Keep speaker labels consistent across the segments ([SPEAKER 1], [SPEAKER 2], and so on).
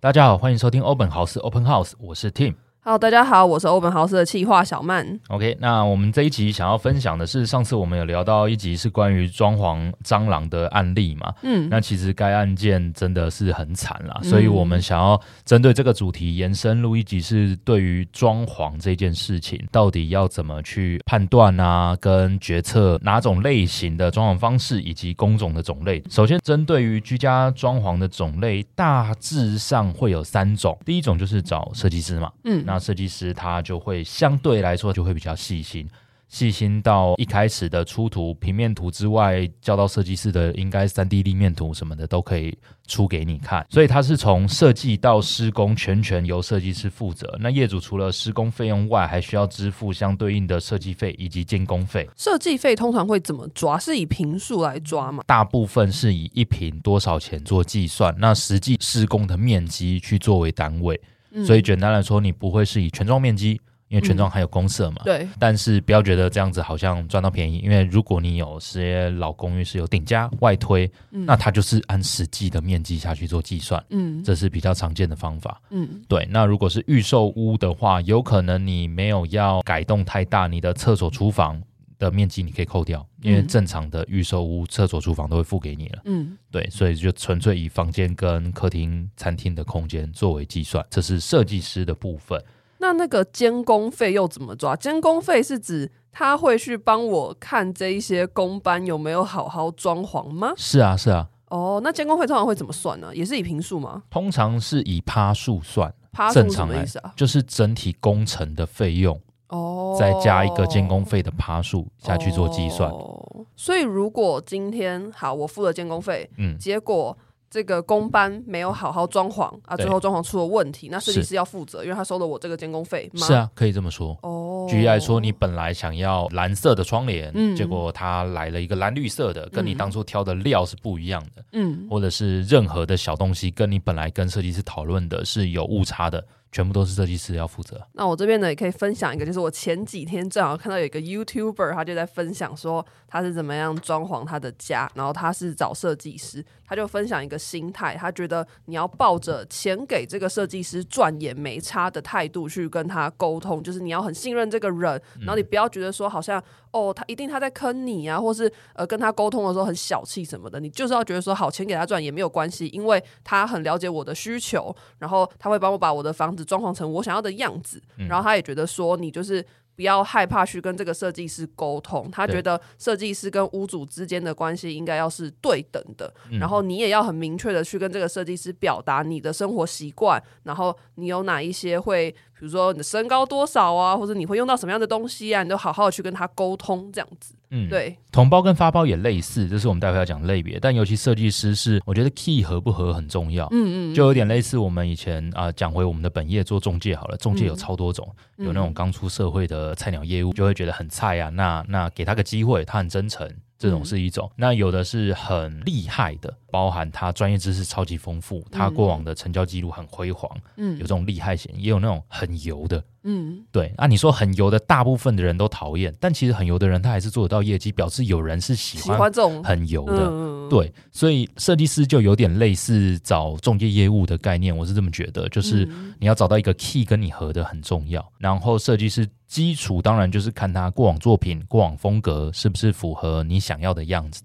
[SPEAKER 1] 大家好，欢迎收听欧本豪斯 Open House，我是 Tim。
[SPEAKER 2] Hello，大家好，我是欧本豪斯的企划小曼。
[SPEAKER 1] OK，那我们这一集想要分享的是，上次我们有聊到一集是关于装潢蟑螂的案例嘛？
[SPEAKER 2] 嗯，
[SPEAKER 1] 那其实该案件真的是很惨啦，
[SPEAKER 2] 嗯
[SPEAKER 1] 所以我们想要针对这个主题延伸录一集，是对于装潢这件事情到底要怎么去判断啊，跟决策哪种类型的装潢方式以及工种的种类。首先，针对于居家装潢的种类，大致上会有三种，第一种就是找设计师嘛，
[SPEAKER 2] 嗯，
[SPEAKER 1] 那设计师他就会相对来说就会比较细心，细心到一开始的出图平面图之外，交到设计师的应该三 D 立面图什么的都可以出给你看，所以他是从设计到施工全权由设计师负责。那业主除了施工费用外，还需要支付相对应的设计费以及监工费。
[SPEAKER 2] 设计费通常会怎么抓？是以平数来抓吗？
[SPEAKER 1] 大部分是以一平多少钱做计算，那实际施工的面积去作为单位。
[SPEAKER 2] 嗯
[SPEAKER 1] 所以简单来说，你不会是以全幢面积，因为全幢
[SPEAKER 2] 嗯
[SPEAKER 1] 还有公社嘛。
[SPEAKER 2] 对，
[SPEAKER 1] 但是不要觉得这样子好像赚到便宜，因为如果你有些老公寓是有顶加外推，
[SPEAKER 2] 嗯
[SPEAKER 1] 那它就是按实际的面积下去做计算，
[SPEAKER 2] 嗯
[SPEAKER 1] 这是比较常见的方法。
[SPEAKER 2] 嗯
[SPEAKER 1] 对，那如果是预售屋的话，有可能你没有要改动太大，你的厕所、厨房的面积你可以扣掉，因为
[SPEAKER 2] 嗯
[SPEAKER 1] 正常的预售屋厕所、厨房都会付给你了。
[SPEAKER 2] 嗯，
[SPEAKER 1] 对，所以就纯粹以房间跟客厅、餐厅的空间作为计算，这是设计师的部分。
[SPEAKER 2] 那那个监工费又怎么抓？监工费是指他会去帮我看这一些工班有没有好好装潢吗？
[SPEAKER 1] 是啊，是啊，
[SPEAKER 2] 哦，那监工费通常会怎么算呢？也是以平数吗？
[SPEAKER 1] 通常是以趴数算。
[SPEAKER 2] 趴
[SPEAKER 1] 正
[SPEAKER 2] 数什
[SPEAKER 1] 常
[SPEAKER 2] 么
[SPEAKER 1] 来
[SPEAKER 2] 意思啊？
[SPEAKER 1] 就是整体工程的费用，
[SPEAKER 2] 哦，
[SPEAKER 1] 再加一个监工费的趴数下去做计算。
[SPEAKER 2] 哦所以如果今天好，我付了监工费，
[SPEAKER 1] 嗯，
[SPEAKER 2] 结果这个工班没有好好装潢啊，
[SPEAKER 1] 对
[SPEAKER 2] 最后装潢出了问题，那设计
[SPEAKER 1] 是
[SPEAKER 2] 师要负责，因为他收了我这个监工费吗？
[SPEAKER 1] 是，啊，可以这么说。
[SPEAKER 2] 哦，
[SPEAKER 1] 举例来说，你本来想要蓝色的窗帘，
[SPEAKER 2] 嗯
[SPEAKER 1] 结果它来了一个蓝绿色的，跟你
[SPEAKER 2] 嗯
[SPEAKER 1] 当初挑的料是不一样的，
[SPEAKER 2] 嗯
[SPEAKER 1] 或者是任何的小东西跟你本来跟设计师讨论的是有误差的，全部都是设计师要负责。
[SPEAKER 2] 那我这边呢也可以分享一个，就是我前几天正好看到有一个 YouTuber，他就在分享说他是怎么样装潢他的家，然后他是找设计师，他就分享一个心态，他觉得你要抱着钱给这个设计师赚也没差的态度去跟他沟通，就是你要很信任这个人，然后你不要觉得说好像哦他一定他在坑你啊，或是呃跟他沟通的时候很小气什么的，你就是要觉得说好钱给他赚也没有关系，因为他很了解我的需求，然后他会帮我把我的房子装潢成我想要的样子。
[SPEAKER 1] 嗯
[SPEAKER 2] 然后他也觉得说，你就是不要害怕去跟这个设计师沟通，他
[SPEAKER 1] 对
[SPEAKER 2] 觉得设计师跟屋主之间的关系应该要是对等的。
[SPEAKER 1] 嗯
[SPEAKER 2] 然后你也要很明确的去跟这个设计师表达你的生活习惯，然后你有哪一些会，比如说你的身高多少啊，或者你会用到什么样的东西啊，你都好好的去跟他沟通，这样子。
[SPEAKER 1] 嗯，
[SPEAKER 2] 对，
[SPEAKER 1] 同包跟发包也类似，这是我们待会要讲类别，但尤其设计师是，我觉得 key 合不合很重要。
[SPEAKER 2] 嗯嗯，
[SPEAKER 1] 就有点类似我们以前啊、讲回我们的本业做中介好了，中介有
[SPEAKER 2] 嗯
[SPEAKER 1] 超多种，
[SPEAKER 2] 嗯
[SPEAKER 1] 有那种刚出社会的菜鸟业务，就会觉得很菜啊，那那给他个机会，他很真诚，这种
[SPEAKER 2] 嗯
[SPEAKER 1] 是一种；那有的是很厉害的，包含他专业知识超级丰富，他过往的成交记录很辉煌，
[SPEAKER 2] 嗯
[SPEAKER 1] 有这种厉害型，也有那种很油的。
[SPEAKER 2] 嗯
[SPEAKER 1] 对，啊，你说很油的，大部分的人都讨厌，但其实很油的人他还是做得到业绩，表示有人是喜
[SPEAKER 2] 喜
[SPEAKER 1] 欢
[SPEAKER 2] 欢这种
[SPEAKER 1] 很油的。
[SPEAKER 2] 嗯，
[SPEAKER 1] 对，所以设计师就有点类似找中介业务的概念，我是这么觉得，就是
[SPEAKER 2] 嗯
[SPEAKER 1] 你要找到一个 key 跟你合的很重要。然后设计师基础当然就是看他过往作品、过往风格是不是符合你想要的样子。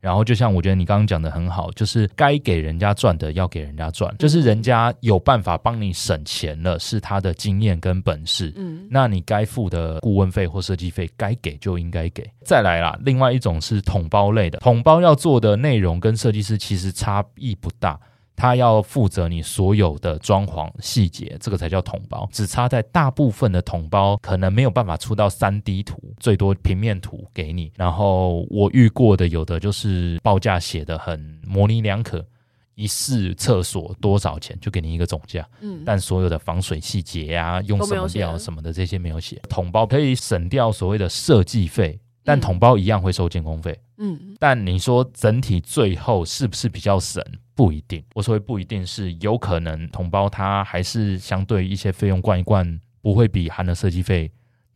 [SPEAKER 1] 然后就像我觉得你刚刚讲的很好，就是该给人家赚的要给人家赚，就是
[SPEAKER 2] 嗯
[SPEAKER 1] 人家有办法帮你省钱了，是他的经验跟本事。
[SPEAKER 2] 嗯
[SPEAKER 1] 那你该付的顾问费或设计费，该给就应该给。再来啦，另外一种是统包类的，统包要做的内容跟设计师其实差异不大。他要负责你所有的装潢细节，这个才叫统包。只差在大部分的统包可能没有办法出到三 D 图，最多平面图给你。然后我遇过的有的就是报价写的很模棱两可，一室厕所多少钱，就给你一个总价，
[SPEAKER 2] 嗯，
[SPEAKER 1] 但所有的防水细节啊，用
[SPEAKER 2] 都没
[SPEAKER 1] 什
[SPEAKER 2] 有
[SPEAKER 1] 么
[SPEAKER 2] 写
[SPEAKER 1] 料什么的这些没有写。桶包可以省掉所谓的设计费，但
[SPEAKER 2] 嗯
[SPEAKER 1] 桶包一样会收监工费。
[SPEAKER 2] 嗯
[SPEAKER 1] 但你说整体最后是不是比较省？不一定。我所谓不一定是有可能同胞它还是相对一些费用灌一灌不会比含的设计费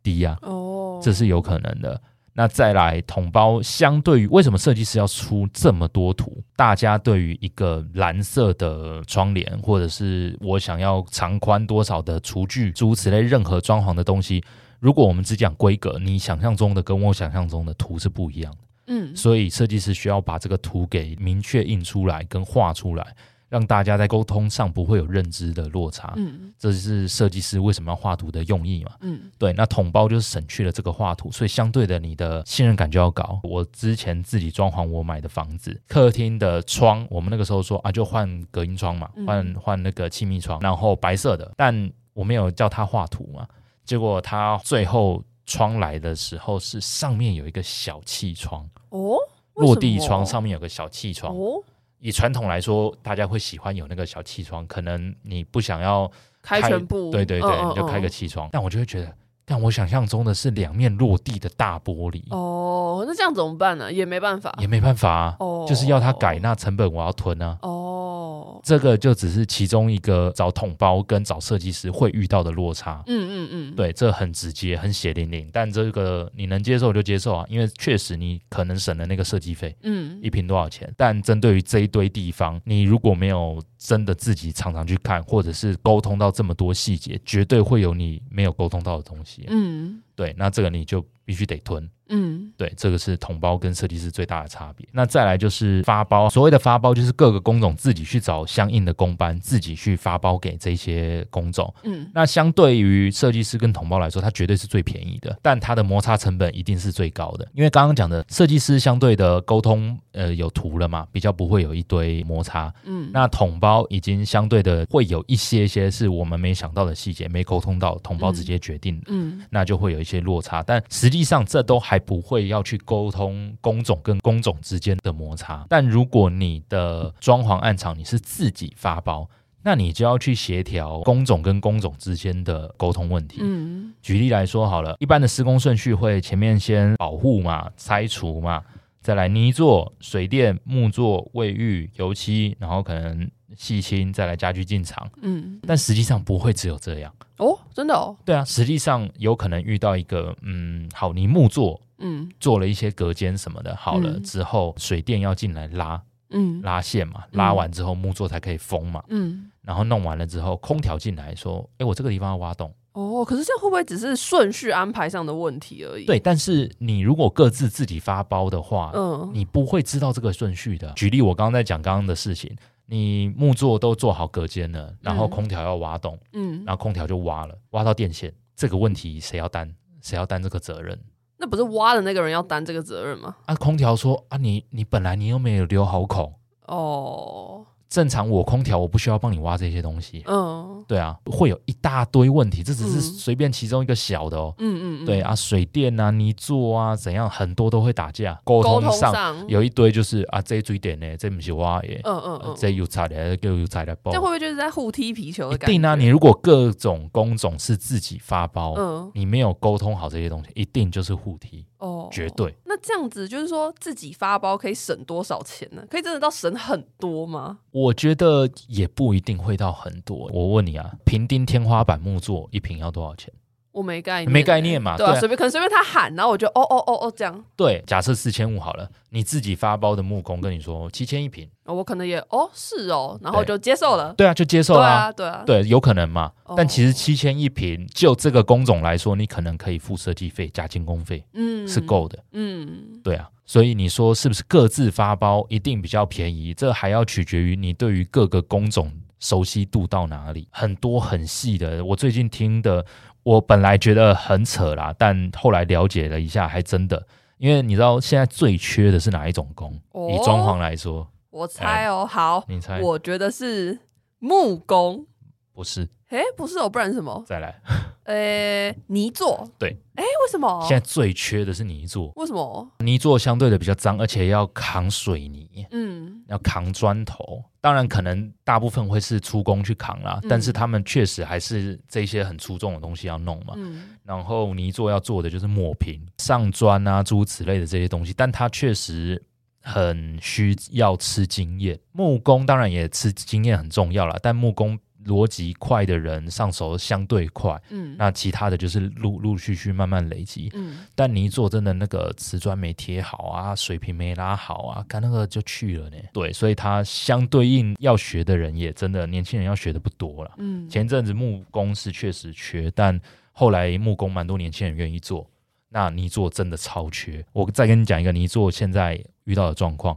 [SPEAKER 1] 低啊，
[SPEAKER 2] 哦，
[SPEAKER 1] 这是有可能的。那再来，同胞相对于为什么设计师要出这么多图？大家对于一个蓝色的窗帘，或者是我想要长宽多少的厨具，诸如此类任何装潢的东西，如果我们只讲规格，你想象中的跟我想象中的图是不一样的。
[SPEAKER 2] 嗯
[SPEAKER 1] 所以设计师需要把这个图给明确印出来跟画出来，让大家在沟通上不会有认知的落差。
[SPEAKER 2] 嗯
[SPEAKER 1] 这是设计师为什么要画图的用意嘛？
[SPEAKER 2] 嗯
[SPEAKER 1] 对，那统包就是省去了这个画图，所以相对的你的信任感就要高。我之前自己装潢我买的房子，客厅的窗，我们那个时候说啊，就换隔音窗嘛
[SPEAKER 2] 嗯，
[SPEAKER 1] 换换那个气密窗，然后白色的，但我没有叫他画图嘛，结果他最后窗来的时候是上面有一个小气窗。
[SPEAKER 2] 哦，为
[SPEAKER 1] 落
[SPEAKER 2] 什
[SPEAKER 1] 地窗
[SPEAKER 2] 么
[SPEAKER 1] 上面有个小气窗。
[SPEAKER 2] 哦，
[SPEAKER 1] 以传统来说，大家会喜欢有那个小气窗，可能你不想要，
[SPEAKER 2] 开
[SPEAKER 1] 开
[SPEAKER 2] 全部，
[SPEAKER 1] 对对对，
[SPEAKER 2] 嗯
[SPEAKER 1] 你就开个。
[SPEAKER 2] 嗯
[SPEAKER 1] 气窗。但我就会觉得，但我想象中的是两面落地的大玻璃，
[SPEAKER 2] 嗯哦，那这样怎么办呢？也没办法。
[SPEAKER 1] 也没办法啊，
[SPEAKER 2] 哦，
[SPEAKER 1] 就是要它改，那成本我要吞啊。
[SPEAKER 2] 哦，
[SPEAKER 1] 这个就只是其中一个找桶包跟找设计师会遇到的落差。
[SPEAKER 2] 嗯嗯嗯，，
[SPEAKER 1] 对，这很直接，很血淋淋，但这个你能接受就接受啊，因为确实你可能省了那个设计费，
[SPEAKER 2] 嗯
[SPEAKER 1] 一瓶多少钱。但针对于这一堆地方，你如果没有真的自己常常去看，或者是沟通到这么多细节，绝对会有你没有沟通到的东西。啊
[SPEAKER 2] 嗯
[SPEAKER 1] 对，那这个你就必须得吞。
[SPEAKER 2] 嗯
[SPEAKER 1] 对，这个是同包跟设计师最大的差别。那再来就是发包，所谓的发包就是各个工种自己去找相应的工班，自己去发包给这些工种。
[SPEAKER 2] 嗯
[SPEAKER 1] 那相对于设计师跟同胞来说，它绝对是最便宜的，但它的摩擦成本一定是最高的。因为刚刚讲的设计师相对的沟通，呃，有图了嘛，比较不会有一堆摩擦。
[SPEAKER 2] 嗯，
[SPEAKER 1] 那统包已经相对的会有一些些是我们没想到的细节，没沟通到，统包直接决定的。
[SPEAKER 2] 嗯
[SPEAKER 1] 那就会有一些落差，但实际上这都还不会要去沟通工种跟工种之间的摩擦。但如果你的装潢暗场你是自己发包，那你就要去协调工种跟工种之间的沟通问题。
[SPEAKER 2] 嗯
[SPEAKER 1] 举例来说好了，一般的施工顺序会前面先保护嘛、拆除嘛，再来泥作、水电、木作、卫浴、油漆，然后可能细清，再来家具进场。
[SPEAKER 2] 嗯，
[SPEAKER 1] 但实际上不会只有这样。
[SPEAKER 2] 哦，真的哦，
[SPEAKER 1] 对啊，实际上有可能遇到一个，嗯，好，你木作
[SPEAKER 2] 嗯
[SPEAKER 1] 做了一些隔间什么的，好了、
[SPEAKER 2] 嗯
[SPEAKER 1] 之后，水电要进来拉
[SPEAKER 2] 嗯
[SPEAKER 1] 拉线嘛，
[SPEAKER 2] 嗯
[SPEAKER 1] 拉完之后木作才可以封嘛，
[SPEAKER 2] 嗯，
[SPEAKER 1] 然后弄完了之后，空调进来说，哎，我这个地方要挖洞。
[SPEAKER 2] 哦，可是这样会不会只是顺序安排上的问题而已？，
[SPEAKER 1] 对，但是你如果各自自己发包的话，
[SPEAKER 2] 嗯
[SPEAKER 1] 你不会知道这个顺序的。举例，我刚刚在讲刚刚的事情，你木作都做好隔间了，然后
[SPEAKER 2] 嗯
[SPEAKER 1] 空调要挖洞，
[SPEAKER 2] 嗯，
[SPEAKER 1] 然后空调就挖了，挖到电线，这个问题谁要担？谁要担这个责任？
[SPEAKER 2] 那不是挖的那个人要担这个责任吗？
[SPEAKER 1] 啊，空调说啊，你你本来你又没有留好口，
[SPEAKER 2] 哦，
[SPEAKER 1] 正常我空调我不需要帮你挖这些东西，
[SPEAKER 2] 嗯
[SPEAKER 1] 对啊，会有一大堆问题，这只是
[SPEAKER 2] 嗯
[SPEAKER 1] 随便其中一个小的哦。
[SPEAKER 2] 嗯嗯，嗯
[SPEAKER 1] 对，啊，水电啊、泥做啊，怎样，很多都会打架，沟
[SPEAKER 2] 沟通
[SPEAKER 1] 上
[SPEAKER 2] 上，
[SPEAKER 1] 有一堆就是啊，这水电呢，这不是挖耶，
[SPEAKER 2] 嗯嗯
[SPEAKER 1] 啊
[SPEAKER 2] 嗯，
[SPEAKER 1] 这又差的，又有差的爆
[SPEAKER 2] 这，样会不会就是在互踢皮球
[SPEAKER 1] 哦一
[SPEAKER 2] 的感觉？
[SPEAKER 1] 定啊！你如果各种工种是自己发包，
[SPEAKER 2] 嗯
[SPEAKER 1] 你没有沟通好这些东西，一定就是互踢，
[SPEAKER 2] 哦，
[SPEAKER 1] 绝对。
[SPEAKER 2] 那这样子就是说自己发包可以省多少钱呢？可以真的到省很多吗？
[SPEAKER 1] 我觉得也不一定会到很多。我问你啊，平钉天花板木作一瓶要多少钱？
[SPEAKER 2] 我没概念，
[SPEAKER 1] 没概念嘛
[SPEAKER 2] 对啊，
[SPEAKER 1] 对啊
[SPEAKER 2] 随便可能随便他喊，然后我就哦哦哦哦这样，
[SPEAKER 1] 对，假设四千五好了，你自己发包的木工跟你说七千一瓶，
[SPEAKER 2] 哦我可能也哦是哦，然后
[SPEAKER 1] 对
[SPEAKER 2] 就接受了。
[SPEAKER 1] 对啊，就接受
[SPEAKER 2] 对
[SPEAKER 1] 啦、
[SPEAKER 2] 啊，对啊，
[SPEAKER 1] 对，有可能嘛
[SPEAKER 2] 哦？
[SPEAKER 1] 但其实七千一瓶，就这个工种来说，你可能可以付设计费加精工费
[SPEAKER 2] 嗯，
[SPEAKER 1] 是，够的，
[SPEAKER 2] 嗯
[SPEAKER 1] 对啊。所以你说是不是各自发包一定比较便宜？这还要取决于你对于各个工种熟悉度到哪里。很多很细的，我最近听的，我本来觉得很扯啦，但后来了解了一下，还真的。因为你知道现在最缺的是哪一种工？
[SPEAKER 2] 哦
[SPEAKER 1] 以装潢来说，
[SPEAKER 2] 我猜哦，好，
[SPEAKER 1] 哎你猜？
[SPEAKER 2] 我觉得是木工。
[SPEAKER 1] 不是，
[SPEAKER 2] 诶，不是哦，不然是什么？
[SPEAKER 1] 再来，
[SPEAKER 2] 呃，泥做，
[SPEAKER 1] 对，
[SPEAKER 2] 哎，为什么？
[SPEAKER 1] 现在最缺的是泥做，
[SPEAKER 2] 为什么？
[SPEAKER 1] 泥做相对的比较脏，而且要扛水泥，
[SPEAKER 2] 嗯，
[SPEAKER 1] 要扛砖头。当然，可能大部分会是出工去扛啦，
[SPEAKER 2] 嗯
[SPEAKER 1] 但是他们确实还是这些很粗重的东西要弄嘛。
[SPEAKER 2] 嗯，
[SPEAKER 1] 然后泥做要做的就是抹平、上砖啊、诸如此类的这些东西，但它确实很需要吃经验。木工当然也吃经验很重要啦，但木工逻辑快的人上手相对快，
[SPEAKER 2] 嗯，
[SPEAKER 1] 那其他的就是陆陆续续慢慢累积。
[SPEAKER 2] 嗯，
[SPEAKER 1] 但泥做真的那个瓷砖没贴好啊，水平没拉好啊，干那个就去了呢。对，所以它相对应要学的人也真的年轻人要学的不多了。
[SPEAKER 2] 嗯，
[SPEAKER 1] 前阵子木工是确实缺，但后来木工蛮多年轻人愿意做，那泥做真的超缺。我再跟你讲一个泥做现在遇到的状况：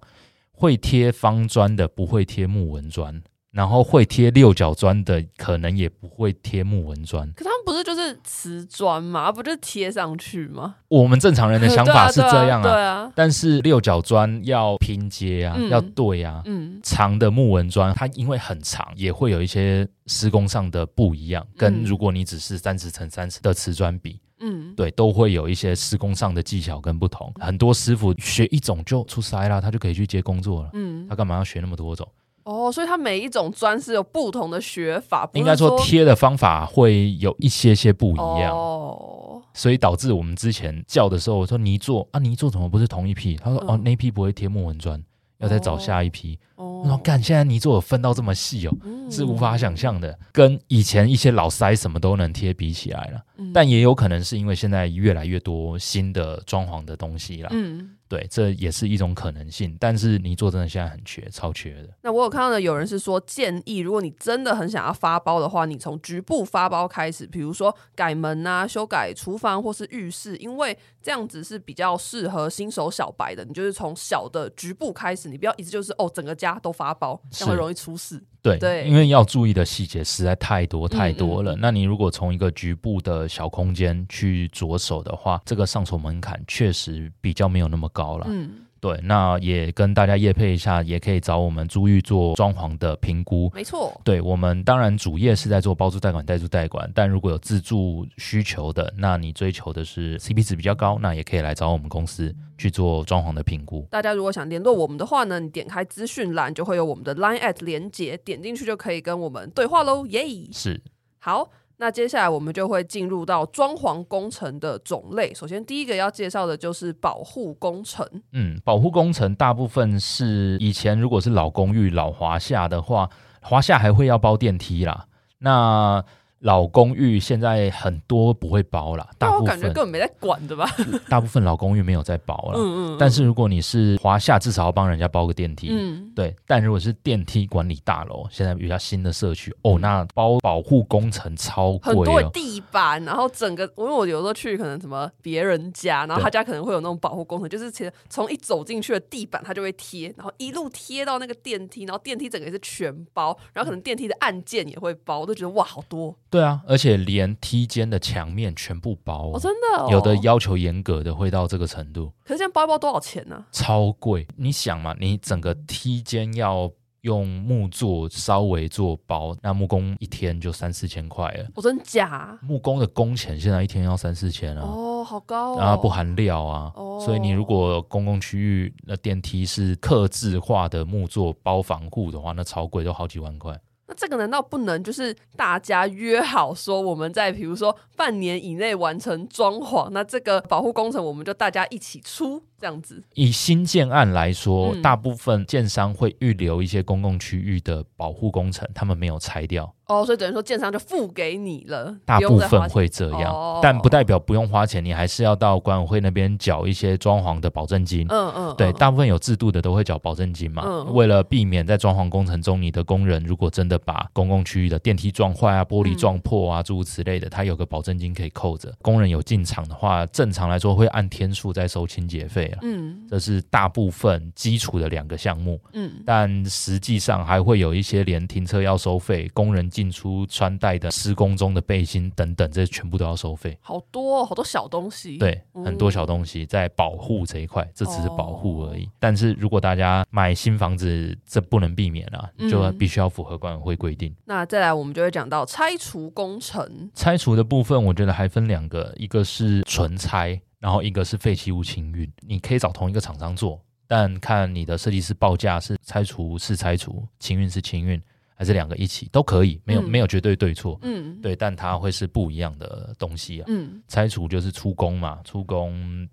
[SPEAKER 1] 会贴方砖的不会贴木纹砖，然后会贴六角砖的可能也不会贴木纹砖。
[SPEAKER 2] 可他们不是就是瓷砖吗？啊不就是贴上去 吗？
[SPEAKER 1] 我们正常人的想法是
[SPEAKER 2] 对
[SPEAKER 1] 这样
[SPEAKER 2] 对
[SPEAKER 1] 啊，
[SPEAKER 2] 啊，
[SPEAKER 1] 但是六角砖要拼接啊，
[SPEAKER 2] 嗯
[SPEAKER 1] 要对啊。
[SPEAKER 2] 嗯
[SPEAKER 1] 长的木纹砖，它因为很长，也会有一些施工上的不一样，跟
[SPEAKER 2] 嗯
[SPEAKER 1] 如果你只是三十乘三十的瓷砖比，
[SPEAKER 2] 嗯，
[SPEAKER 1] 对，都会有一些施工上的技巧跟不同。很多师傅学一种就出塞啦，他就可以去接工作了。
[SPEAKER 2] 嗯
[SPEAKER 1] 他，干嘛要学那么多种？
[SPEAKER 2] 哦，所以它每一种砖是有不同的学法，不是
[SPEAKER 1] 应该
[SPEAKER 2] 说
[SPEAKER 1] 说贴的方法会有一些些不一样，
[SPEAKER 2] 哦，
[SPEAKER 1] 所以导致我们之前叫的时候，我说泥做啊，泥做怎么不是同一批？他说、哦，
[SPEAKER 2] 嗯
[SPEAKER 1] 那一批不会贴木纹砖，要再找下一批。我说
[SPEAKER 2] 哦，
[SPEAKER 1] 干，现在泥做有分到这么细哦，
[SPEAKER 2] 嗯
[SPEAKER 1] 是无法想象的，跟以前一些老塞什么都能贴比起来了。
[SPEAKER 2] 嗯
[SPEAKER 1] 但也有可能是因为现在越来越多新的装潢的东西啦，
[SPEAKER 2] 嗯。
[SPEAKER 1] 对，这也是一种可能性。但是泥做真的现在很缺，超缺的。
[SPEAKER 2] 那我有看到有人是说建议，如果你真的很想要发包的话，你从局部发包开始，比如说改门啊、修改厨房或是浴室，因为这样子是比较适合新手小白的。你就是从小的局部开始，你不要一直就是哦整个家都发包，这样会
[SPEAKER 1] 是
[SPEAKER 2] 容易出事。
[SPEAKER 1] 对，
[SPEAKER 2] 对
[SPEAKER 1] 因为要注意的细节实在太多太多了。
[SPEAKER 2] 嗯
[SPEAKER 1] 那你如果从一个局部的小空间去着手的话，这个上手门槛确实比较没有那么高了。
[SPEAKER 2] 嗯，
[SPEAKER 1] 对，那也跟大家业配一下，也可以找我们朱玉做装潢的评估。
[SPEAKER 2] 没错。
[SPEAKER 1] 对我们当然主业是在做包租代管、代租代管，但如果有自住需求的，那你追求的是 CP 值比较高，那也可以来找我们公司去做装潢的评估。
[SPEAKER 2] 大家如果想联络我们的话呢，你点开资讯栏就会有我们的 Line at 连接，点进去就可以跟我们对话喽，耶、
[SPEAKER 1] 是
[SPEAKER 2] 好，那接下来我们就会进入到装潢工程的种类。首先，第一个要介绍的就是保护工程。
[SPEAKER 1] 嗯，保护工程大部分是以前如果是老公寓、老华夏的话，华夏还会要包电梯啦。那老公寓现在很多不会包啦，
[SPEAKER 2] 但
[SPEAKER 1] 大
[SPEAKER 2] 我
[SPEAKER 1] 部
[SPEAKER 2] 啊感觉
[SPEAKER 1] 分
[SPEAKER 2] 根本没在管的吧？
[SPEAKER 1] 大部分老公寓没有在包啦。
[SPEAKER 2] 嗯嗯，
[SPEAKER 1] 但是如果你是华夏，至少要帮人家包个电梯。
[SPEAKER 2] 嗯
[SPEAKER 1] 对，但如果是电梯管理大楼，现在比较新的社区哦，那包保护工程超
[SPEAKER 2] 嗯很多
[SPEAKER 1] 贵
[SPEAKER 2] 的
[SPEAKER 1] 哦，
[SPEAKER 2] 地板，然后整个，因为我有时候去可能什么别人家，然后他家可能会有那种保护工程，就是其实从一走进去的地板，它就会贴，然后一路贴到那个电梯，然后电梯整个也是全包，然后可能电梯的按键也会包，我都觉得哇，好多
[SPEAKER 1] 对啊，而且连梯间的墙面全部包
[SPEAKER 2] 哦，
[SPEAKER 1] 哦，
[SPEAKER 2] 真的、哦，
[SPEAKER 1] 有的，要求严格的会到这个程度。
[SPEAKER 2] 可是这样包一包多少钱呢、
[SPEAKER 1] 超贵。你想嘛，你整个梯间要用木做稍微做包，那木工一天就三四千块了。
[SPEAKER 2] 我真假、
[SPEAKER 1] 木工的工钱现在一天要三四千啊，
[SPEAKER 2] 哦，好高哦，
[SPEAKER 1] 然后不含料啊。
[SPEAKER 2] 哦
[SPEAKER 1] 所以你如果公共区域那电梯是刻制化的木做包防护的话，那超贵，都好几万块。
[SPEAKER 2] 那这个难道不能就是大家约好说我们在比如说半年以内完成装潢，那这个保护工程我们就大家一起出这样子？
[SPEAKER 1] 以新建案来说，
[SPEAKER 2] 嗯
[SPEAKER 1] 大部分建商会预留一些公共区域的保护工程，他们没有拆掉。
[SPEAKER 2] 哦，所以等于说建商就付给你了，
[SPEAKER 1] 大
[SPEAKER 2] 不
[SPEAKER 1] 部
[SPEAKER 2] 用再花
[SPEAKER 1] 分
[SPEAKER 2] 钱
[SPEAKER 1] 会这
[SPEAKER 2] 哦
[SPEAKER 1] 样，但不代表不用花钱，你还是要到管委会那边缴一些装潢的保证金。
[SPEAKER 2] 嗯嗯，
[SPEAKER 1] 对，
[SPEAKER 2] 嗯
[SPEAKER 1] 大部分有制度的都会缴保证金嘛。
[SPEAKER 2] 嗯
[SPEAKER 1] 为了避免在装潢工程中，你的工人如果真的把公共区域的电梯撞坏啊、玻璃撞破啊，诸如此类的，他有个保证金可以扣
[SPEAKER 2] 嗯
[SPEAKER 1] 着。工人有进场的话，正常来说会按天数再收清洁费啊。
[SPEAKER 2] 嗯
[SPEAKER 1] 这是大部分基础的两个项目，
[SPEAKER 2] 嗯
[SPEAKER 1] 但实际上还会有一些连停车要收费，工人进进出穿戴的施工中的背心等等，这全部都要收费。
[SPEAKER 2] 好多哦好多小东西，
[SPEAKER 1] 对，
[SPEAKER 2] 嗯
[SPEAKER 1] 很多小东西在保护这一块，这只是保护
[SPEAKER 2] 哦
[SPEAKER 1] 而已。但是如果大家买新房子，这不能避免啊，
[SPEAKER 2] 嗯
[SPEAKER 1] 就必须要符合管委会规定。
[SPEAKER 2] 那再来，我们就会讲到拆除工程。
[SPEAKER 1] 拆除的部分，我觉得还分两个，一个是纯拆，然后一个是废弃物清运。你可以找同一个厂商做，但看你的设计师报价是拆除是拆除，清运是清运，还是两个一起都可以，没有、
[SPEAKER 2] 嗯
[SPEAKER 1] 没有绝对对错。
[SPEAKER 2] 嗯，，
[SPEAKER 1] 对，但它会是不一样的东西啊。
[SPEAKER 2] 嗯，
[SPEAKER 1] 拆除就是出工嘛，出工、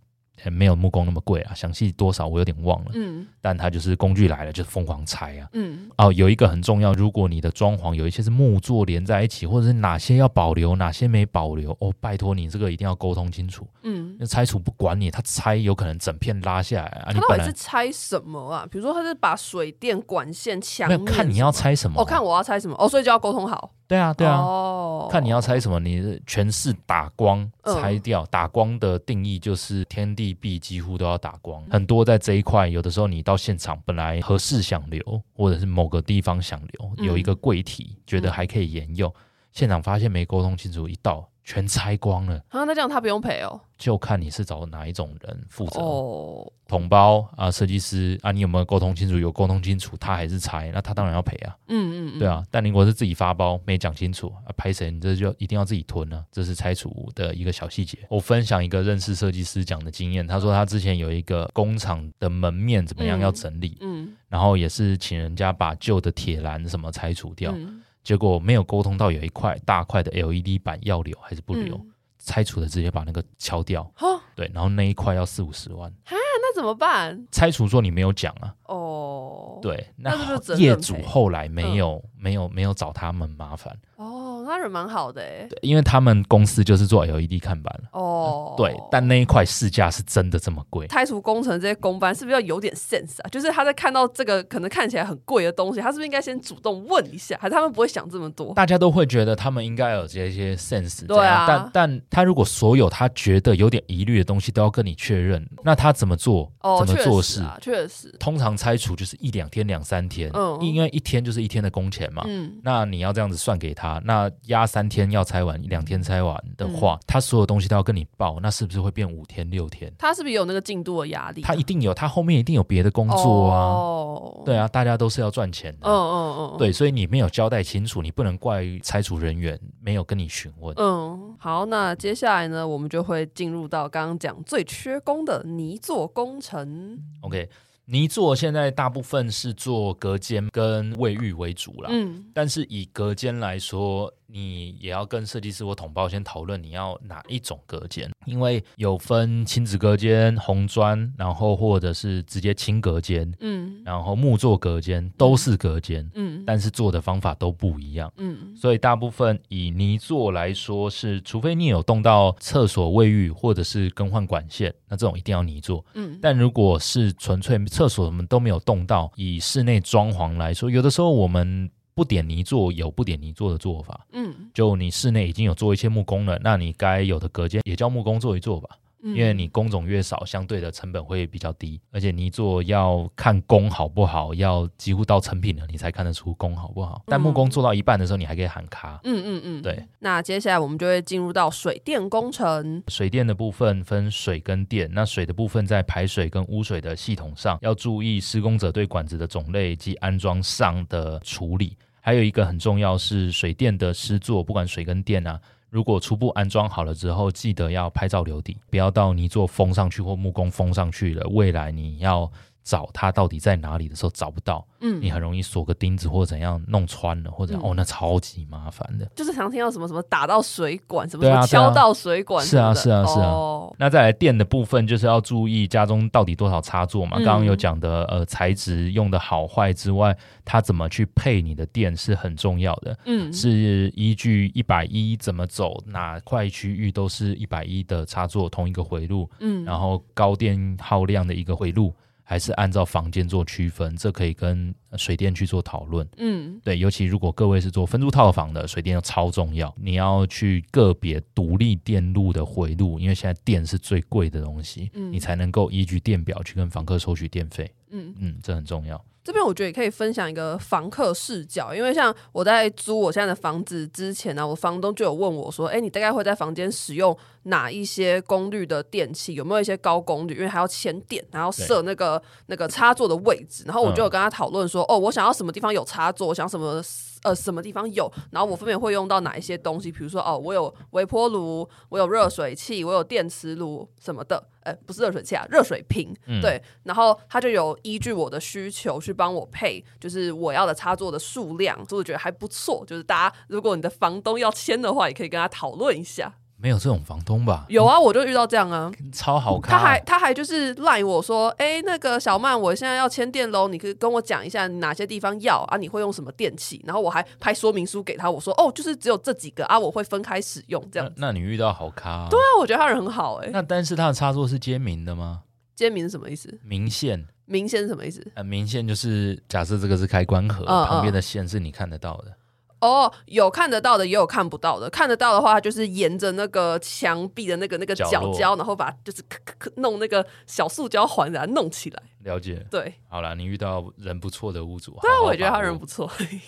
[SPEAKER 1] 呃没有木工那么贵啊，详细多少我有点忘了，
[SPEAKER 2] 嗯，
[SPEAKER 1] 但它就是工具来了就疯狂拆啊。
[SPEAKER 2] 嗯，
[SPEAKER 1] 哦，有一个很重要，如果你的装潢有一些是木作连在一起，或者是哪些要保留，哪些没保留，哦，拜托你这个一定要沟通清楚。
[SPEAKER 2] 嗯，
[SPEAKER 1] 那拆除不管你，他拆有可能整片拉下来啊，你
[SPEAKER 2] 他到
[SPEAKER 1] 本
[SPEAKER 2] 底是
[SPEAKER 1] 来
[SPEAKER 2] 拆什么啊？比如说，他是把水电管线、墙
[SPEAKER 1] 没
[SPEAKER 2] 面
[SPEAKER 1] 有
[SPEAKER 2] 什么，
[SPEAKER 1] 看你要拆什么啊，
[SPEAKER 2] 哦，看我要拆什么哦，所以就要沟通好。
[SPEAKER 1] 对啊对啊，
[SPEAKER 2] 哦，
[SPEAKER 1] 看你要拆什么，你是全是打光
[SPEAKER 2] 嗯
[SPEAKER 1] 拆掉。打光的定义就是天地壁几乎都要打光，
[SPEAKER 2] 嗯
[SPEAKER 1] 很多在这一块，有的时候你到现场本来合适想留，或者是某个地方想留，
[SPEAKER 2] 嗯
[SPEAKER 1] 有一个柜体觉得还可以沿用，现场发现没沟通清楚，一到全拆光了。
[SPEAKER 2] 啊，那这样他不用赔哦。
[SPEAKER 1] 就看你是找哪一种人负责，
[SPEAKER 2] 哦，
[SPEAKER 1] 统包啊，设计师啊，你有没有沟通清楚？有沟通清楚，他还是拆，那他当然要赔啊。
[SPEAKER 2] 嗯嗯嗯，
[SPEAKER 1] 对，啊，但如果是自己发包没讲清楚啊，拍谁你这就一定要自己吞啊，这是拆除的一个小细节。我分享一个认识设计师讲的经验，他说他之前有一个工厂的门面怎么样
[SPEAKER 2] 嗯
[SPEAKER 1] 要整理，
[SPEAKER 2] 嗯，
[SPEAKER 1] 然后也是请人家把旧的铁栏什么拆除掉，
[SPEAKER 2] 嗯
[SPEAKER 1] 结果没有沟通到有一块大块的 LED 板要留还是不留，
[SPEAKER 2] 嗯
[SPEAKER 1] 拆除的直接把那个敲掉，
[SPEAKER 2] 哈，
[SPEAKER 1] 对，然后那一块要四五十万，
[SPEAKER 2] 那怎么办？
[SPEAKER 1] 拆除说你没有讲啊，
[SPEAKER 2] 哦，，
[SPEAKER 1] 对，
[SPEAKER 2] 那是不是责任
[SPEAKER 1] 业主
[SPEAKER 2] 赔
[SPEAKER 1] 后来没
[SPEAKER 2] 嗯
[SPEAKER 1] 有、没有没有找他们麻烦。
[SPEAKER 2] 哦，那人蛮好的哎。
[SPEAKER 1] 因为他们公司就是做 LED 看板了。
[SPEAKER 2] 哦，
[SPEAKER 1] 对，但那一块市价是真的这么贵，
[SPEAKER 2] 拆除工程这些工班是不是要有点 sense 啊？就是他在看到这个可能看起来很贵的东西，他是不是应该先主动问一下？还是他们不会想这么多？
[SPEAKER 1] 大家都会觉得他们应该有这些 sense 这
[SPEAKER 2] 对
[SPEAKER 1] 样，
[SPEAKER 2] 啊
[SPEAKER 1] 但但他如果所有他觉得有点疑虑的东西都要跟你确认，那他怎么做，
[SPEAKER 2] 嗯哦，
[SPEAKER 1] 怎么
[SPEAKER 2] 确
[SPEAKER 1] 做
[SPEAKER 2] 实
[SPEAKER 1] 事？
[SPEAKER 2] 啊，确实，
[SPEAKER 1] 通常拆除就是一两天、两三天，
[SPEAKER 2] 嗯
[SPEAKER 1] 因为一天就是一天的工钱嘛。
[SPEAKER 2] 嗯
[SPEAKER 1] 那你要这样子算给他，那压三天要拆完，两天拆完的话，
[SPEAKER 2] 嗯
[SPEAKER 1] 他所有东西都要跟你报，那是不是会变五天六天？
[SPEAKER 2] 他是不是有那个进度的压力啊？
[SPEAKER 1] 他一定有，他后面一定有别的工作啊。
[SPEAKER 2] 哦，
[SPEAKER 1] 对啊，大家都是要赚钱的。
[SPEAKER 2] 嗯，嗯嗯嗯，
[SPEAKER 1] 对，所以你没有交代清楚，你不能怪拆除人员没有跟你询问。
[SPEAKER 2] 嗯，好，那接下来呢，我们就会进入到刚刚讲最缺工的泥做工程。
[SPEAKER 1] OK，泥做现在大部分是做隔间跟卫浴为主啦。
[SPEAKER 2] 嗯
[SPEAKER 1] 但是以隔间来说，你也要跟设计师或统包先讨论你要哪一种隔间，因为有分亲子隔间、红砖，然后或者是直接轻隔间，
[SPEAKER 2] 嗯
[SPEAKER 1] 然后木做隔间，都是隔间，
[SPEAKER 2] 嗯
[SPEAKER 1] 但是做的方法都不一样。
[SPEAKER 2] 嗯
[SPEAKER 1] 所以大部分以泥做来说是，除非你有动到厕所、卫浴或者是更换管线，那这种一定要泥做。
[SPEAKER 2] 嗯，
[SPEAKER 1] 但如果是纯粹厕所什么都没有动到，以室内装潢来说，有的时候我们不点泥做，有不点泥做的做法。
[SPEAKER 2] 嗯，
[SPEAKER 1] 就你室内已经有做一些木工了，那你该有的隔间也叫木工做一做吧，嗯
[SPEAKER 2] 因
[SPEAKER 1] 因为你工种越少，相对的成本会比较低，而且泥做要看工好不好，要几乎到成品了，你才看得出工好不好。但木工做到一半的时候，你还可以喊卡，
[SPEAKER 2] 嗯嗯嗯，
[SPEAKER 1] 对。
[SPEAKER 2] 那接下来我们就会进入到水电工程。
[SPEAKER 1] 水电的部分分水跟电，那水的部分在排水跟污水的系统上要注意施工者对管子的种类及安装上的处理。还有一个很重要是水电的施作，不管水跟电啊，如果初步安装好了之后，记得要拍照留底，不要到泥做封上去或木工封上去了，未来你要找它到底在哪里的时候找不到，
[SPEAKER 2] 嗯
[SPEAKER 1] 你很容易锁个钉子或怎样弄穿了，或者、
[SPEAKER 2] 嗯
[SPEAKER 1] 哦那超级麻烦的。
[SPEAKER 2] 就是常听到什么什么打到水管，什么
[SPEAKER 1] 对
[SPEAKER 2] 什
[SPEAKER 1] 啊对啊
[SPEAKER 2] 么敲到水管
[SPEAKER 1] 是
[SPEAKER 2] 什么
[SPEAKER 1] 啊
[SPEAKER 2] 的，
[SPEAKER 1] 是啊是啊
[SPEAKER 2] 哦，
[SPEAKER 1] 那再来电的部分，就是要注意家中到底多少插座嘛。
[SPEAKER 2] 嗯
[SPEAKER 1] 刚刚有讲的，呃，材质用的好坏之外，它怎么去配你的电是很重要的，
[SPEAKER 2] 嗯，
[SPEAKER 1] 是依据一百一怎么走，哪块区域都是一百一的插座同一个回路，
[SPEAKER 2] 嗯，
[SPEAKER 1] 然后高电耗量的一个回路，还是按照房间做区分，这可以跟水电去做讨论。
[SPEAKER 2] 嗯
[SPEAKER 1] 对，尤其如果各位是做分租套房的，水电要超重要，你要去个别独立电路的回路，因为现在电是最贵的东西，
[SPEAKER 2] 嗯
[SPEAKER 1] 你才能够依据电表去跟房客收取电费。
[SPEAKER 2] 嗯，
[SPEAKER 1] 嗯，这很重要。
[SPEAKER 2] 这边我觉得也可以分享一个房客视角，因为像我在租我现在的房子之前啊呢、我房东就有问我说：“哎、你大概会在房间使用哪一些功率的电器？有没有一些高功率？因为还要牵电，然后设那个那个插座的位置。”然后我就有跟他讨论说：“哦，我想要什么地方有插座，我想要什么呃什么地方有，然后我分别会用到哪一些东西？比如说哦，我有微波炉，我有热水器，我有电磁炉什么的。”呃，不是热水器啊，热水瓶。
[SPEAKER 1] 嗯
[SPEAKER 2] 对，然后他就有依据我的需求去帮我配，就是我要的插座的数量，所以我觉得还不错。就是大家，如果你的房东要签的话，也可以跟他讨论一下。
[SPEAKER 1] 没有这种房东吧？
[SPEAKER 2] 有啊，我就遇到这样啊，
[SPEAKER 1] 超好看。
[SPEAKER 2] 他还他还就是赖我说，哎、那个小曼，我现在要签电喽，你可以跟我讲一下你哪些地方要啊，你会用什么电器？然后我还拍说明书给他，我说哦，就是只有这几个啊，我会分开使用这样。
[SPEAKER 1] 那，那你遇到好咖、啊？
[SPEAKER 2] 对啊，我觉得他人很好哎、
[SPEAKER 1] 呃那但是它的插座是接明的吗？
[SPEAKER 2] 签名是什么意思？
[SPEAKER 1] 明线，
[SPEAKER 2] 明先是什么意思？
[SPEAKER 1] 呃，明线就是假设这个是开关盒，
[SPEAKER 2] 嗯嗯
[SPEAKER 1] 旁边的线是你看得到的。
[SPEAKER 2] 哦，有看得到的，也有看不到的。看得到的话，就是沿着那个墙壁的那个那个
[SPEAKER 1] 角
[SPEAKER 2] 角
[SPEAKER 1] 落
[SPEAKER 2] 胶，然后把就是咔咔咔弄那个小塑胶环，给它弄起来。
[SPEAKER 1] 了解。
[SPEAKER 2] 对，
[SPEAKER 1] 好啦，你遇到人不错的屋主，
[SPEAKER 2] 对啊，
[SPEAKER 1] 好好哦
[SPEAKER 2] 我也觉得
[SPEAKER 1] 把
[SPEAKER 2] 他人
[SPEAKER 1] 握
[SPEAKER 2] 不错。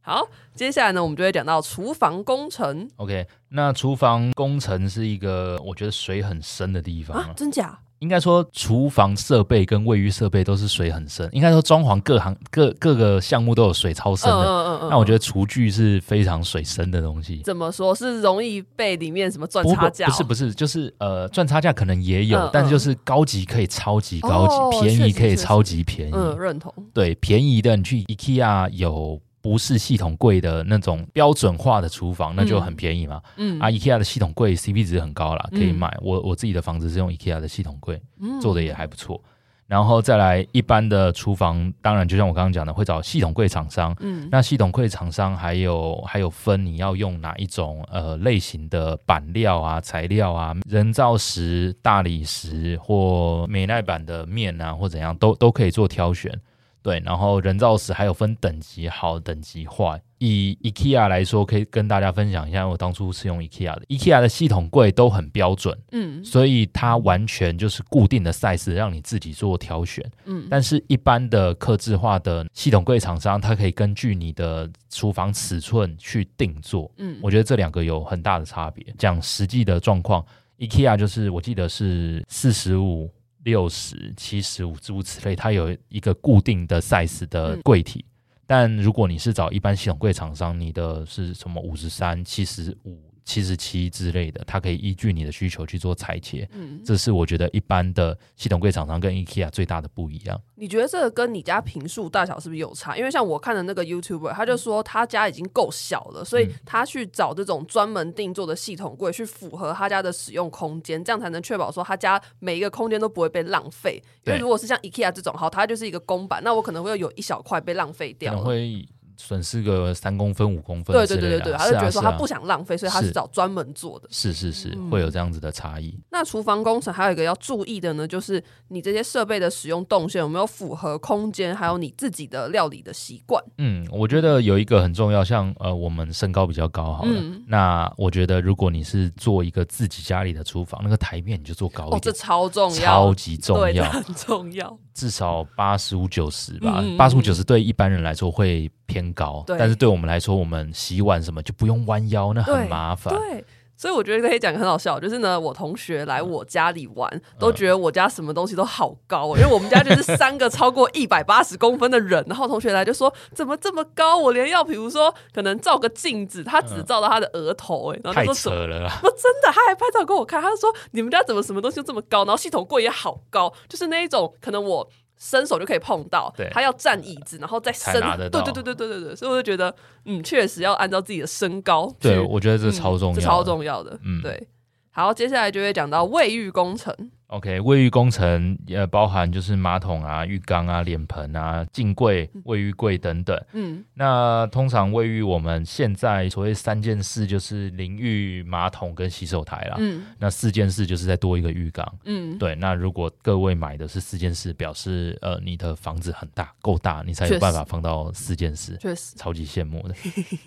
[SPEAKER 2] 好，接下来呢，我们就会讲到厨房工程
[SPEAKER 1] OK，那厨房工程是一个我觉得水很深的地方啊、
[SPEAKER 2] 啊，真假？
[SPEAKER 1] 应该说厨房设备跟卫浴设备都是水很深。应该说装潢各行各各个项目都有水超深
[SPEAKER 2] 嗯嗯
[SPEAKER 1] 的。
[SPEAKER 2] 嗯嗯。
[SPEAKER 1] 那我觉得
[SPEAKER 2] 得
[SPEAKER 1] 厨具是非常水深的东西。
[SPEAKER 2] 怎么说是容易被里面什么赚
[SPEAKER 1] 不
[SPEAKER 2] 呃差
[SPEAKER 1] 不
[SPEAKER 2] 价、哦
[SPEAKER 1] 不是不
[SPEAKER 2] 是，
[SPEAKER 1] 是，就是呃赚差价可能也有，
[SPEAKER 2] 嗯
[SPEAKER 1] 但是就
[SPEAKER 2] 嗯
[SPEAKER 1] 是高级可以超级高级，
[SPEAKER 2] 哦确
[SPEAKER 1] 便宜
[SPEAKER 2] 实
[SPEAKER 1] 可以
[SPEAKER 2] 确
[SPEAKER 1] 超
[SPEAKER 2] 实
[SPEAKER 1] 级便宜。
[SPEAKER 2] 嗯，认同。
[SPEAKER 1] 对，便宜的你去 IKEA 有不是系统柜的那种标准化的厨房，那就很便宜嘛。
[SPEAKER 2] 嗯
[SPEAKER 1] 啊，IKEA 的系统柜 CP 值很高啦，可以
[SPEAKER 2] 嗯
[SPEAKER 1] 买。我我自己的房子是用 IKEA 的系统柜，
[SPEAKER 2] 嗯
[SPEAKER 1] 做的也还不错。然后再来一般的厨房，当然就像我刚刚讲的，会找系统柜厂商。
[SPEAKER 2] 嗯
[SPEAKER 1] 那系统柜厂商还有还有分你要用哪一种呃类型的板料啊、材料啊、人造石、大理石或美耐板的面啊，或怎样都都可以做挑选。对，然后人造石还有分等级好、等级坏。以 IKEA 来说，可以跟大家分享一下，我当初是用 IKEA 的。IKEA 的系统柜都很标准，
[SPEAKER 2] 嗯
[SPEAKER 1] 所以它完全就是固定的 size，让你自己做挑选。
[SPEAKER 2] 嗯，
[SPEAKER 1] 但是，一般的客制化的系统柜厂商，它可以根据你的厨房尺寸去定做。
[SPEAKER 2] 嗯
[SPEAKER 1] 我觉得这两个有很大的差别。讲实际的状况，IKEA 就是我记得是四十五、六十、七十五诸如此类，它有一个固定的 size 的
[SPEAKER 2] 嗯
[SPEAKER 1] 柜体。但如果你是找一般系统柜厂商，你的是什么五十三、七十五、七十七之类的，它可以依据你的需求去做裁切。
[SPEAKER 2] 嗯，
[SPEAKER 1] 这是我觉得一般的系统柜厂商跟 IKEA 最大的不一样。
[SPEAKER 2] 你觉得这个跟你家平数大小是不是有差？因为像我看的那个 YouTuber，他就
[SPEAKER 1] 嗯
[SPEAKER 2] 说他家已经够小了，所以他去找这种专门定做的系统柜，去符合他家的使用空间，这样才能确保说他家每一个空间都不会被浪费。因
[SPEAKER 1] 对
[SPEAKER 2] 为如果是像 IKEA 这种，好，它就是一个公版，那我可能会有一小块被浪费
[SPEAKER 1] 可
[SPEAKER 2] 掉
[SPEAKER 1] 能
[SPEAKER 2] 了。
[SPEAKER 1] 会损失个三公分、五公分
[SPEAKER 2] 对
[SPEAKER 1] 之
[SPEAKER 2] 对
[SPEAKER 1] 类的。
[SPEAKER 2] 对对对，他
[SPEAKER 1] 是
[SPEAKER 2] 就
[SPEAKER 1] 啊
[SPEAKER 2] 觉得说
[SPEAKER 1] 是啊
[SPEAKER 2] 他不想浪费，所以他
[SPEAKER 1] 是
[SPEAKER 2] 是找专门做的。
[SPEAKER 1] 是是是
[SPEAKER 2] 嗯
[SPEAKER 1] 会有这样子的差异。
[SPEAKER 2] 那厨房工程还有一个要注意的呢，就是你这些设备的使用动线有没有符合空间，还有你自己的料理的习惯。
[SPEAKER 1] 嗯，我觉得有一个很重要，像呃，我们身高比较高好了，
[SPEAKER 2] 嗯
[SPEAKER 1] 那我觉得如果你是做一个自己家里的厨房，那个台面你就做高
[SPEAKER 2] 哦
[SPEAKER 1] 一，
[SPEAKER 2] 这
[SPEAKER 1] 点，
[SPEAKER 2] 超重要，
[SPEAKER 1] 超级重
[SPEAKER 2] 对，这
[SPEAKER 1] 要，
[SPEAKER 2] 很重要。
[SPEAKER 1] 至少八十五九十吧
[SPEAKER 2] 嗯嗯，嗯
[SPEAKER 1] 八十五九十对一般人来说会偏高，
[SPEAKER 2] 对
[SPEAKER 1] 但是对我们来说，我们洗碗什么就不用弯腰，那很
[SPEAKER 2] 对
[SPEAKER 1] 麻烦。
[SPEAKER 2] 对，所以我觉得可以讲个很好笑，就是呢，我同学来
[SPEAKER 1] 嗯
[SPEAKER 2] 我家里玩，都觉得我家什么东西都好高、哦，因为我们家就是三个超过一百八十公分的人，然后同学来就说怎么这么高，我连要比如说可能照个镜子，他只照到他的额头、哎，然后
[SPEAKER 1] 嗯太
[SPEAKER 2] 就说
[SPEAKER 1] 扯
[SPEAKER 2] 怎么。
[SPEAKER 1] 了啦！
[SPEAKER 2] 不真的，他还拍照给我看，他说你们家怎么什么东西都这么高，然后系统柜也好高，就是那一种可能我伸手就可以碰到
[SPEAKER 1] 对，
[SPEAKER 2] 他要站椅子，然后再伸
[SPEAKER 1] 才拿得，
[SPEAKER 2] 对
[SPEAKER 1] 到
[SPEAKER 2] 对对对对对对，所以我就觉得，嗯，确实要按照自己的身高去，
[SPEAKER 1] 对，我觉得这
[SPEAKER 2] 嗯
[SPEAKER 1] 超重要的，
[SPEAKER 2] 这超重要的，
[SPEAKER 1] 嗯
[SPEAKER 2] 对。好，接下来就会讲到卫浴工程，
[SPEAKER 1] OK，卫浴工程呃包含就是马桶啊、浴缸啊、脸盆啊、镜柜、卫浴柜等等。
[SPEAKER 2] 嗯
[SPEAKER 1] 那通常卫浴我们现在所谓三件事就是淋浴、马桶跟洗手台啦。
[SPEAKER 2] 嗯
[SPEAKER 1] 那四件事就是再多一个浴缸。
[SPEAKER 2] 嗯，
[SPEAKER 1] 对，那如果各位买的是四件事，表示呃你的房子很大，够大，你才
[SPEAKER 2] 确
[SPEAKER 1] 有
[SPEAKER 2] 实
[SPEAKER 1] 办法放到四件事，
[SPEAKER 2] 确实，
[SPEAKER 1] 超级羡慕的。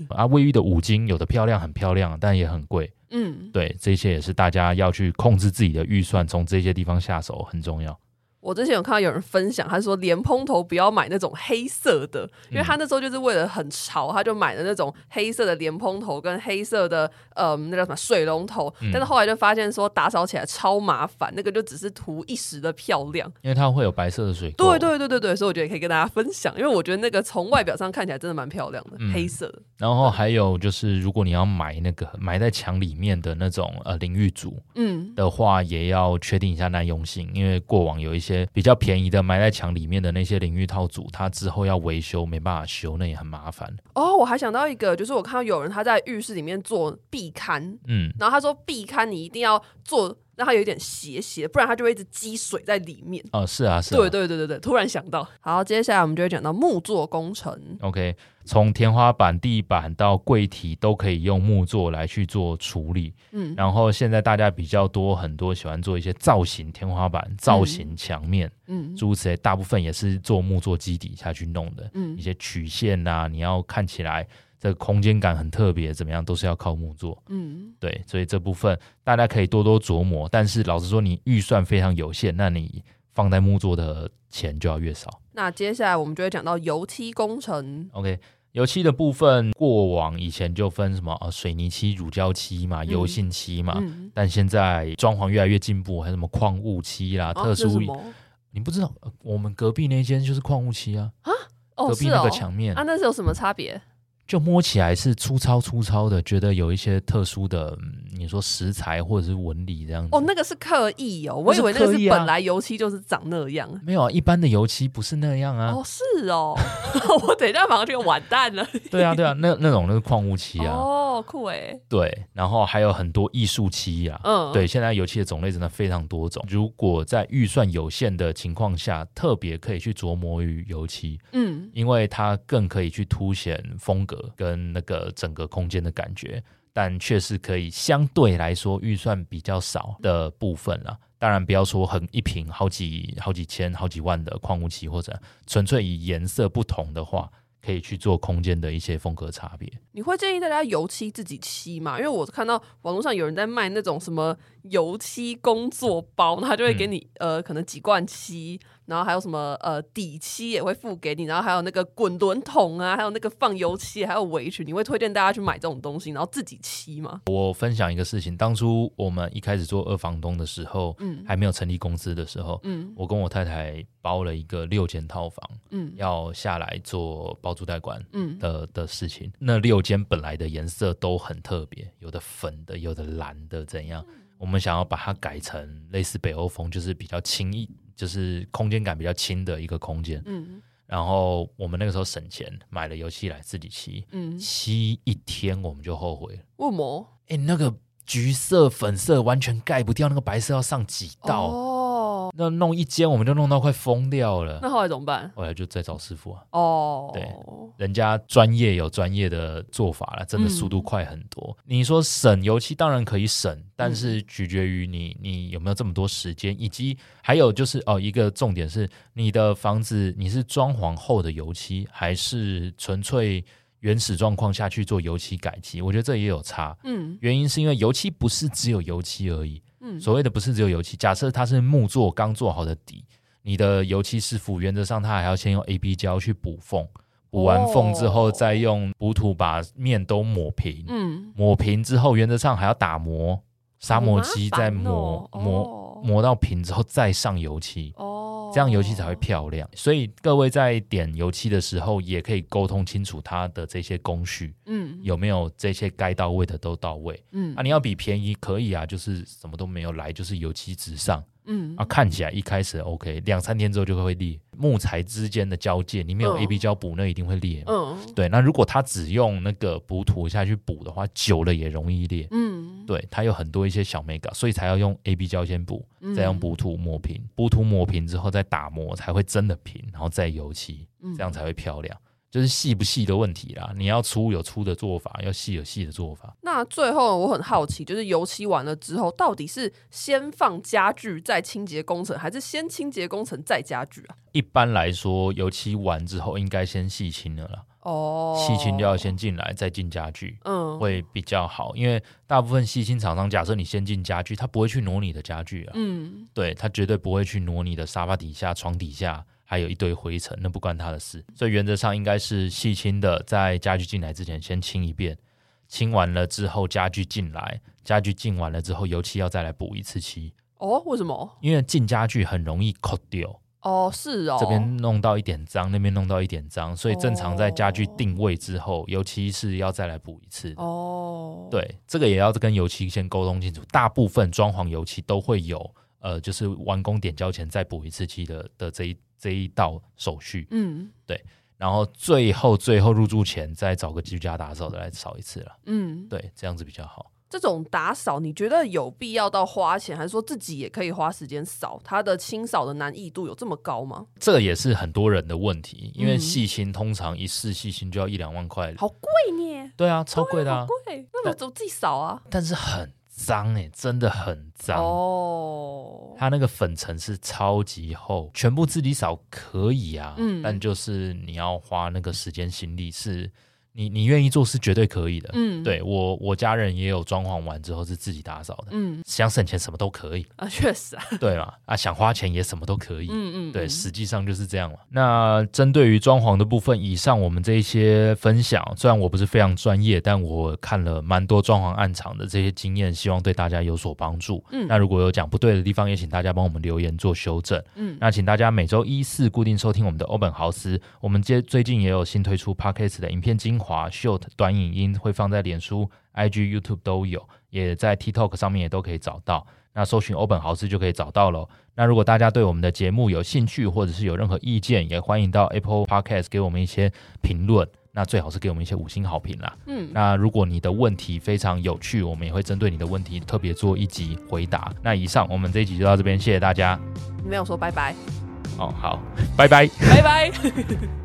[SPEAKER 1] 啊，卫浴的五金有的漂亮，很漂亮，但也很贵。
[SPEAKER 2] 嗯。
[SPEAKER 1] 对，这些也是大家要去控制自己的预算，从这些地方下手很重要。
[SPEAKER 2] 我之前有看到有人分享，他说连蓬头不要买那种黑色的，因为他那时候就是为了很潮，他就买了那种黑色的连蓬头跟黑色的嗯那叫什么水龙头，但是后来就发现说打扫起来超麻烦，那个就只是图一时的漂亮。
[SPEAKER 1] 因为它会有白色的水垢。
[SPEAKER 2] 对对对对对，所以我觉得也可以跟大家分享，因为我觉得那个从外表上看起来真的蛮漂亮的，黑色的。
[SPEAKER 1] 然后还有就是，如果你要买那个埋在墙里面的那种呃淋浴组
[SPEAKER 2] 嗯，
[SPEAKER 1] 的话，也要确定一下耐用性，因为过往有一些比较便宜的埋在墙里面的那些淋浴套组，它之后要维修没办法修，那也很麻烦。
[SPEAKER 2] 哦，我还想到一个，就是我看到有人他在浴室里面做壁龛，
[SPEAKER 1] 嗯，
[SPEAKER 2] 然后他说壁龛你一定要做让它有一点斜斜，不然它就会一直积水在里面。
[SPEAKER 1] 哦、是啊，是啊。
[SPEAKER 2] 对对对对对，突然想到。好，接下来我们就会讲到木作工程。
[SPEAKER 1] OK，从天花板、地板到柜体都可以用木作来去做处理。
[SPEAKER 2] 嗯
[SPEAKER 1] 然后现在大家比较多很多喜欢做一些造型天花板、造型墙面，
[SPEAKER 2] 嗯
[SPEAKER 1] 诸如此类，大部分也是做木作基底下去弄的。
[SPEAKER 2] 嗯
[SPEAKER 1] 一些曲线呐、你要看起来这个空间感很特别，怎么样都是要靠木做。
[SPEAKER 2] 嗯，
[SPEAKER 1] 对，所以这部分大家可以多多琢磨。但是老实说，你预算非常有限，那你放在木做的钱就要越少。
[SPEAKER 2] 那接下来我们就会讲到油漆工程。
[SPEAKER 1] OK。油漆的部分，过往以前就分什么呃水泥漆、乳胶漆嘛、油性漆嘛，
[SPEAKER 2] 嗯，
[SPEAKER 1] 但现在装潢越来越进步，还有什么矿物漆啦、
[SPEAKER 2] 啊
[SPEAKER 1] 特
[SPEAKER 2] 这是
[SPEAKER 1] 殊
[SPEAKER 2] 什，么
[SPEAKER 1] 你不知道，呃我们隔壁那间就是矿物漆啊，
[SPEAKER 2] 哦，
[SPEAKER 1] 隔壁
[SPEAKER 2] 是
[SPEAKER 1] 那
[SPEAKER 2] 哦
[SPEAKER 1] 个，墙面、
[SPEAKER 2] 啊，那是有什么差别？
[SPEAKER 1] 就摸起来是粗糙粗糙的，觉得有一些特殊的，嗯你说食材或者是纹理这样子。
[SPEAKER 2] 哦，那个是刻意哦，
[SPEAKER 1] 嗯那
[SPEAKER 2] 我以
[SPEAKER 1] 是
[SPEAKER 2] 为那个
[SPEAKER 1] 刻意
[SPEAKER 2] 是
[SPEAKER 1] 啊
[SPEAKER 2] 本来油漆就是长那样。
[SPEAKER 1] 没有啊，一般的油漆不是那样啊。
[SPEAKER 2] 哦，是哦， 我等一下马上就完 蛋了。
[SPEAKER 1] 对啊，对啊，那那种那是矿物漆啊。
[SPEAKER 2] 哦，酷哎，
[SPEAKER 1] 对，然后还有很多艺术漆啊。
[SPEAKER 2] 嗯，
[SPEAKER 1] 对，现在油漆的种类真的非常多种。如果在预算有限的情况下，特别可以去琢磨于油漆，
[SPEAKER 2] 嗯，
[SPEAKER 1] 因为它更可以去凸显风格跟那个整个空间的感觉，但却是可以相对来说预算比较少的部分啦。当然，不要说很一瓶好几好几千、好几万的矿物漆，或者纯粹以颜色不同的话，可以去做空间的一些风格差别。
[SPEAKER 2] 你会建议大家油漆自己漆吗？因为我看到网络上有人在卖那种什么油漆工作包，他就会
[SPEAKER 1] 嗯
[SPEAKER 2] 给你、呃可能几罐漆，然后还有什么呃底漆也会付给你，然后还有那个滚轮桶啊，还有那个放油漆，还有围裙，你会推荐大家去买这种东西，然后自己漆吗？
[SPEAKER 1] 我分享一个事情，当初我们一开始做二房东的时候，
[SPEAKER 2] 嗯
[SPEAKER 1] 还没有成立公司的时候，
[SPEAKER 2] 嗯
[SPEAKER 1] 我跟我太太包了一个六间套房，
[SPEAKER 2] 嗯
[SPEAKER 1] 要下来做包租代管，
[SPEAKER 2] 嗯
[SPEAKER 1] 的的事情。那六间本来的颜色都很特别，有的粉的，有的蓝的，怎样？
[SPEAKER 2] 嗯
[SPEAKER 1] 我们想要把它改成类似北欧风，就是比较轻一，就是空间感比较轻的一个空间。
[SPEAKER 2] 嗯
[SPEAKER 1] 然后我们那个时候省钱，买了油漆来自己漆，
[SPEAKER 2] 嗯，
[SPEAKER 1] 漆一天我们就后悔了。
[SPEAKER 2] 为么？
[SPEAKER 1] 哎，那个橘色、粉色完全盖不掉，那个白色要上几道，
[SPEAKER 2] 哦，
[SPEAKER 1] 那弄一间我们就弄到快疯掉了
[SPEAKER 2] 那。后来怎么办？
[SPEAKER 1] 后来就再找师傅啊，
[SPEAKER 2] 哦，
[SPEAKER 1] 对人家专业有专业的做法了，真的速
[SPEAKER 2] 嗯
[SPEAKER 1] 度快很多。你说省油漆当然可以省，
[SPEAKER 2] 嗯
[SPEAKER 1] 但是取决于你你有没有这么多时间，以及还有就是哦，一个重点是你的房子你是装潢后的油漆，还是纯粹原始状况下去做油漆改漆？我觉得这也有差。
[SPEAKER 2] 嗯
[SPEAKER 1] 原因是因为油漆不是只有油漆而已，
[SPEAKER 2] 嗯
[SPEAKER 1] 所谓的不是只有油漆。假设它是木做刚做好的底，你的油漆师傅原则上他还要先用 A B 胶去补缝，补完缝之后
[SPEAKER 2] 哦
[SPEAKER 1] 再用补土把面都抹平，
[SPEAKER 2] 嗯，
[SPEAKER 1] 抹平之后原则上还要打磨，砂
[SPEAKER 2] 好
[SPEAKER 1] 磨
[SPEAKER 2] 麻
[SPEAKER 1] 机
[SPEAKER 2] 烦
[SPEAKER 1] 再磨、
[SPEAKER 2] 哦
[SPEAKER 1] 磨
[SPEAKER 2] 哦
[SPEAKER 1] 磨到平之后再上油漆。
[SPEAKER 2] 哦，
[SPEAKER 1] 这样油漆才会漂亮，所以各位在点油漆的时候，也可以沟通清楚它的这些工序
[SPEAKER 2] 嗯
[SPEAKER 1] 有没有这些该到位的都到位。
[SPEAKER 2] 嗯
[SPEAKER 1] 啊，你要比便宜可以啊，就是什么都没有来，就是油漆直上
[SPEAKER 2] 嗯
[SPEAKER 1] 啊，看起来一开始 OK，两三天之后就会裂。木材之间的交界，你没有
[SPEAKER 2] 嗯
[SPEAKER 1] A B 胶补，那一定会裂。
[SPEAKER 2] 嗯
[SPEAKER 1] 对，那如果它只用那个补土下去补的话，久了也容易裂。
[SPEAKER 2] 嗯，
[SPEAKER 1] 对，它有很多一些小美感，所以才要用 A B 胶先补，
[SPEAKER 2] 嗯
[SPEAKER 1] 再用补土抹平，补土抹平之后再打磨，才会真的平，然后再油漆，
[SPEAKER 2] 嗯
[SPEAKER 1] 这样才会漂亮。就是细不细的问题啦，你要粗有粗的做法，要细有细的做法。
[SPEAKER 2] 那最后我很好奇，就是油漆完了之后，到底是先放家具再清洁工程，还是先清洁工程再家具啊？
[SPEAKER 1] 一般来说，油漆完之后应该先细清了啦。
[SPEAKER 2] 哦，
[SPEAKER 1] 细心就要先进来，再进家具。
[SPEAKER 2] 嗯
[SPEAKER 1] 会比较好，因为大部分细心厂商，假设你先进家具，他不会去挪你的家具啊，
[SPEAKER 2] 嗯
[SPEAKER 1] 对他绝对不会去挪你的沙发底下、床底下，还有一堆灰尘，那不关他的事。
[SPEAKER 2] 嗯
[SPEAKER 1] 所以原则上应该是细清的，在家具进来之前先清一遍，清完了之后家具进来，家具进完了之后油漆要再来补一次漆，
[SPEAKER 2] 哦，为什么？
[SPEAKER 1] 因为进家具很容易扣掉。
[SPEAKER 2] 哦，是哦，
[SPEAKER 1] 这边弄到一点脏，那边弄到一点脏，所以正常在家具
[SPEAKER 2] 哦
[SPEAKER 1] 定位之后，油漆是要再来补一次的。
[SPEAKER 2] 哦，，
[SPEAKER 1] 对，这个也要跟油漆先沟通清楚。大部分装潢油漆都会有，呃，就是完工点交前再补一次漆的的这一这一道手续，
[SPEAKER 2] 嗯
[SPEAKER 1] 然后最后最后入住前再找个居家打扫的来扫一次了。
[SPEAKER 2] 嗯，
[SPEAKER 1] 对，这样子比较好。
[SPEAKER 2] 这种打扫，你觉得有必要到花钱，还是说自己也可以花时间扫？它的清扫的难易度有这么高吗？
[SPEAKER 1] 这也是很多人的问题，因为
[SPEAKER 2] 嗯
[SPEAKER 1] 细心通常一试细心就要一两万块，
[SPEAKER 2] 好贵呢，
[SPEAKER 1] 对啊，超贵的、啊
[SPEAKER 2] 好，贵，那我怎么自己扫啊？
[SPEAKER 1] 但是很脏哎、真的很脏。
[SPEAKER 2] 哦，
[SPEAKER 1] 它那个粉尘是超级厚，全部自己扫可以啊，
[SPEAKER 2] 嗯
[SPEAKER 1] 但就是你要花那个时间心力是，你你愿意做是绝对可以的。
[SPEAKER 2] 嗯，，
[SPEAKER 1] 对我我家人也有装潢完之后是自己打扫的，
[SPEAKER 2] 嗯
[SPEAKER 1] 想省钱什么都可以，
[SPEAKER 2] 啊，确实啊，
[SPEAKER 1] 对嘛？啊，想花钱也什么都可以。
[SPEAKER 2] 嗯嗯，
[SPEAKER 1] 对，
[SPEAKER 2] 嗯，
[SPEAKER 1] 实际上就是这样嘛。那针对于装潢的部分，以上我们这一些分享，虽然我不是非常专业，但我看了蛮多装潢暗场的这些经验，希望对大家有所帮助。
[SPEAKER 2] 嗯
[SPEAKER 1] 那如果有讲不对的地方，也请大家帮我们留言做修正。
[SPEAKER 2] 嗯
[SPEAKER 1] 那请大家每周一四固定收听我们的欧本豪斯。我们接最近也有新推出 Podcast 的影片精华、Short 短影音，会放在脸书、IG、YouTube 都有，也在 TikTok 上面也都可以找到。那搜寻欧本豪斯就可以找到喽。那如果大家对我们的节目有兴趣，或者是有任何意见，也欢迎到 Apple Podcast 给我们一些评论。那最好是给我们一些五星好评啦。
[SPEAKER 2] 嗯
[SPEAKER 1] 那如果你的问题非常有趣，我们也会针对你的问题特别做一集回答。那以上我们这一集就到这边，谢谢大家。
[SPEAKER 2] 你没有说拜拜，
[SPEAKER 1] 哦，好，拜拜。
[SPEAKER 2] 拜拜。